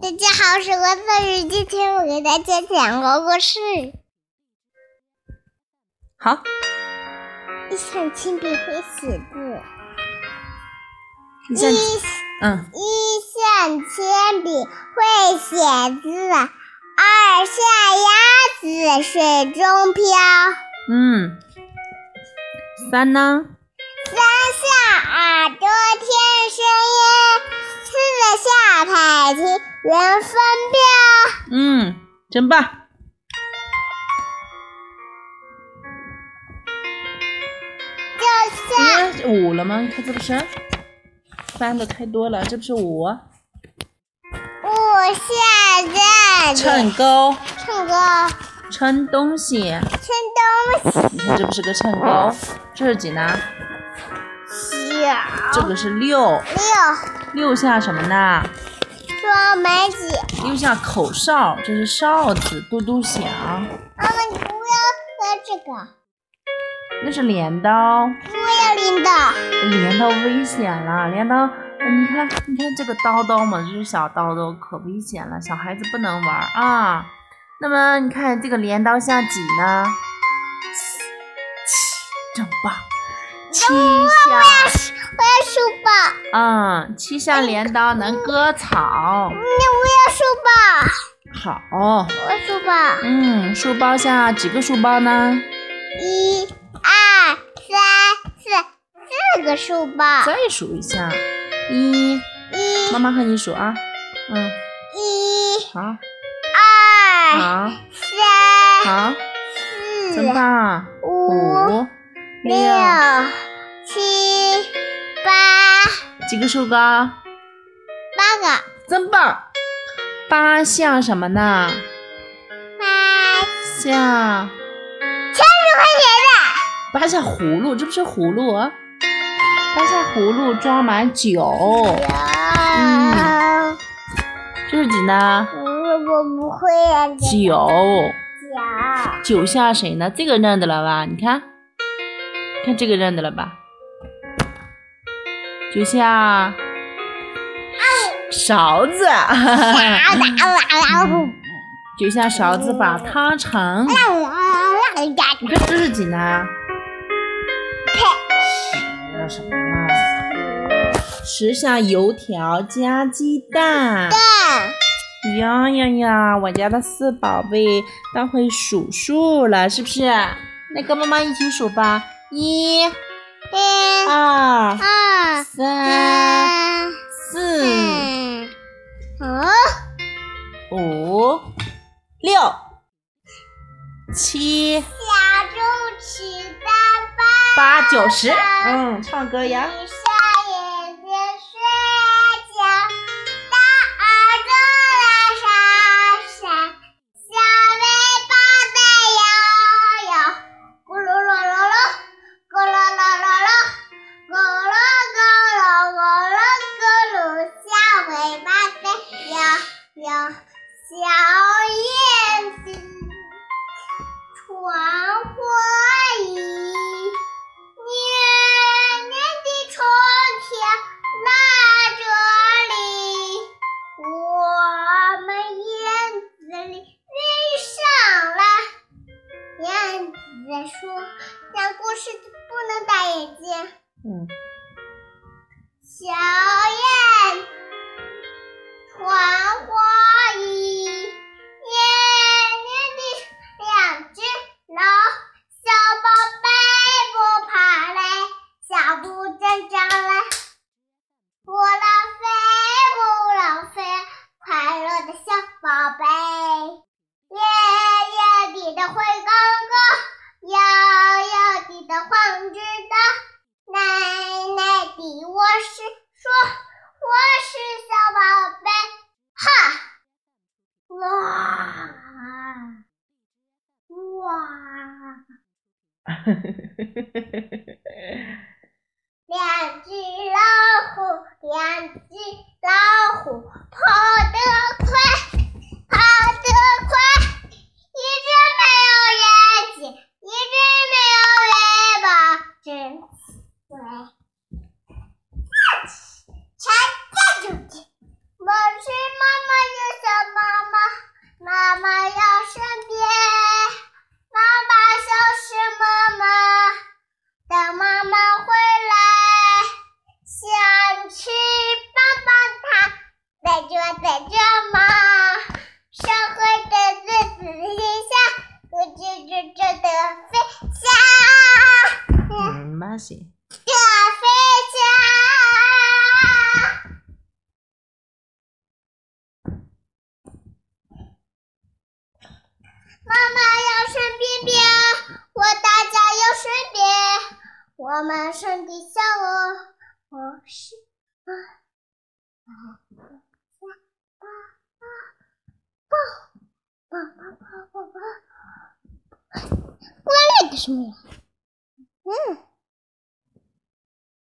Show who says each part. Speaker 1: 大家好，我是罗思雨，今天我给大家讲个故事。
Speaker 2: 好，
Speaker 1: 一想亲笔会写字，
Speaker 2: 你
Speaker 1: 一
Speaker 2: 现在嗯，
Speaker 1: 一向铅笔会写字，二下鸭子水中漂，
Speaker 2: 嗯，三呢？
Speaker 1: 三下耳朵听声音，四下太极人分标。
Speaker 2: 嗯，真棒。应该五了吗？你看这不是翻的太多了，这不是五？
Speaker 1: 五下站
Speaker 2: 秤
Speaker 1: 立，
Speaker 2: 钩，
Speaker 1: 唱歌
Speaker 2: 称东西。
Speaker 1: 称东
Speaker 2: 你看这不是个秤钩？这是几呢？
Speaker 1: 西，
Speaker 2: 这个是六，
Speaker 1: 六
Speaker 2: 六下什么呢？
Speaker 1: 装满几。
Speaker 2: 六下口哨，这是哨子嘟嘟响，
Speaker 1: 妈妈，你不要喝这个，
Speaker 2: 那是镰刀。
Speaker 1: 不要领导。
Speaker 2: 镰刀危险了，镰刀，你看，你看这个刀刀嘛，这是小刀刀，可危险了，小孩子不能玩啊。那么你看这个镰刀下几呢？七，真棒，七下，
Speaker 1: 我要书包，
Speaker 2: 嗯，七下镰刀能割草。
Speaker 1: 那我要书包，
Speaker 2: 好，
Speaker 1: 我要书包。
Speaker 2: 嗯，书包下几个书包呢？
Speaker 1: 一、二、三、四，四个书包。
Speaker 2: 再数一下，一，
Speaker 1: 一、
Speaker 2: 妈妈和你数啊，嗯，
Speaker 1: 一、
Speaker 2: 好，
Speaker 1: 二、
Speaker 2: 好，
Speaker 1: 三、
Speaker 2: 好，
Speaker 1: 四、
Speaker 2: 真棒。
Speaker 1: 五、
Speaker 2: 五、
Speaker 1: 六、七、八，
Speaker 2: 几个数高？
Speaker 1: 八个。
Speaker 2: 真棒！八像什么呢？
Speaker 1: 八，
Speaker 2: 像
Speaker 1: 别
Speaker 2: 八像葫芦，这不是葫芦？啊八像葫芦装满酒，
Speaker 1: 的。
Speaker 2: 哦嗯这是几呢？
Speaker 1: 嗯，我不会呀，姐
Speaker 2: 九，
Speaker 1: 姐。啊
Speaker 2: 九下谁呢？这个认得了吧？你看，看这个认得了吧？九下勺子，
Speaker 1: 啊啦啦啦啦
Speaker 2: 九下勺子把它盛。
Speaker 1: 啦啦呀！
Speaker 2: 你看这是几呢？那什么啊？十下油条加鸡蛋。
Speaker 1: 蛋
Speaker 2: 呀呀呀！我家的四宝贝它会数数了，是不是？来跟妈妈一起数吧，一、
Speaker 1: 一、
Speaker 2: 二、
Speaker 1: 二、
Speaker 2: 三、
Speaker 1: 三、
Speaker 2: 四、
Speaker 1: 嗯，哦，
Speaker 2: 五、六、七、
Speaker 1: 小猪吃蛋包，
Speaker 2: 八、九、十。嗯，唱歌呀。
Speaker 1: 闭上眼睛睡觉，大耳朵来闪闪，小尾巴在摇摇，咕噜噜噜噜，咕噜噜噜噜，咕噜咕噜咕噜咕噜，小尾巴在摇摇，小燕子穿花衣。年年的春天来这里，我们燕子里飞上来。燕子说：“讲故事不能戴眼镜。
Speaker 2: 嗯，”
Speaker 1: 小燕穿花衣，年年的两只老小宝贝不怕累，小不正长来，不浪费不浪费，快乐的小宝贝，夜夜地的会高歌，悠悠地的晃知道。奶奶的，我是说，我是小宝贝，哈，哇哇，两只老虎，两只老虎，跑得快，跑得快，一只没有眼睛，一只没有尾巴，真乖。全站住去！我是妈妈
Speaker 2: 嗯
Speaker 1: 我们上地下哦，我是啊啊啊啊！抱抱抱抱抱！关了你的什么呀？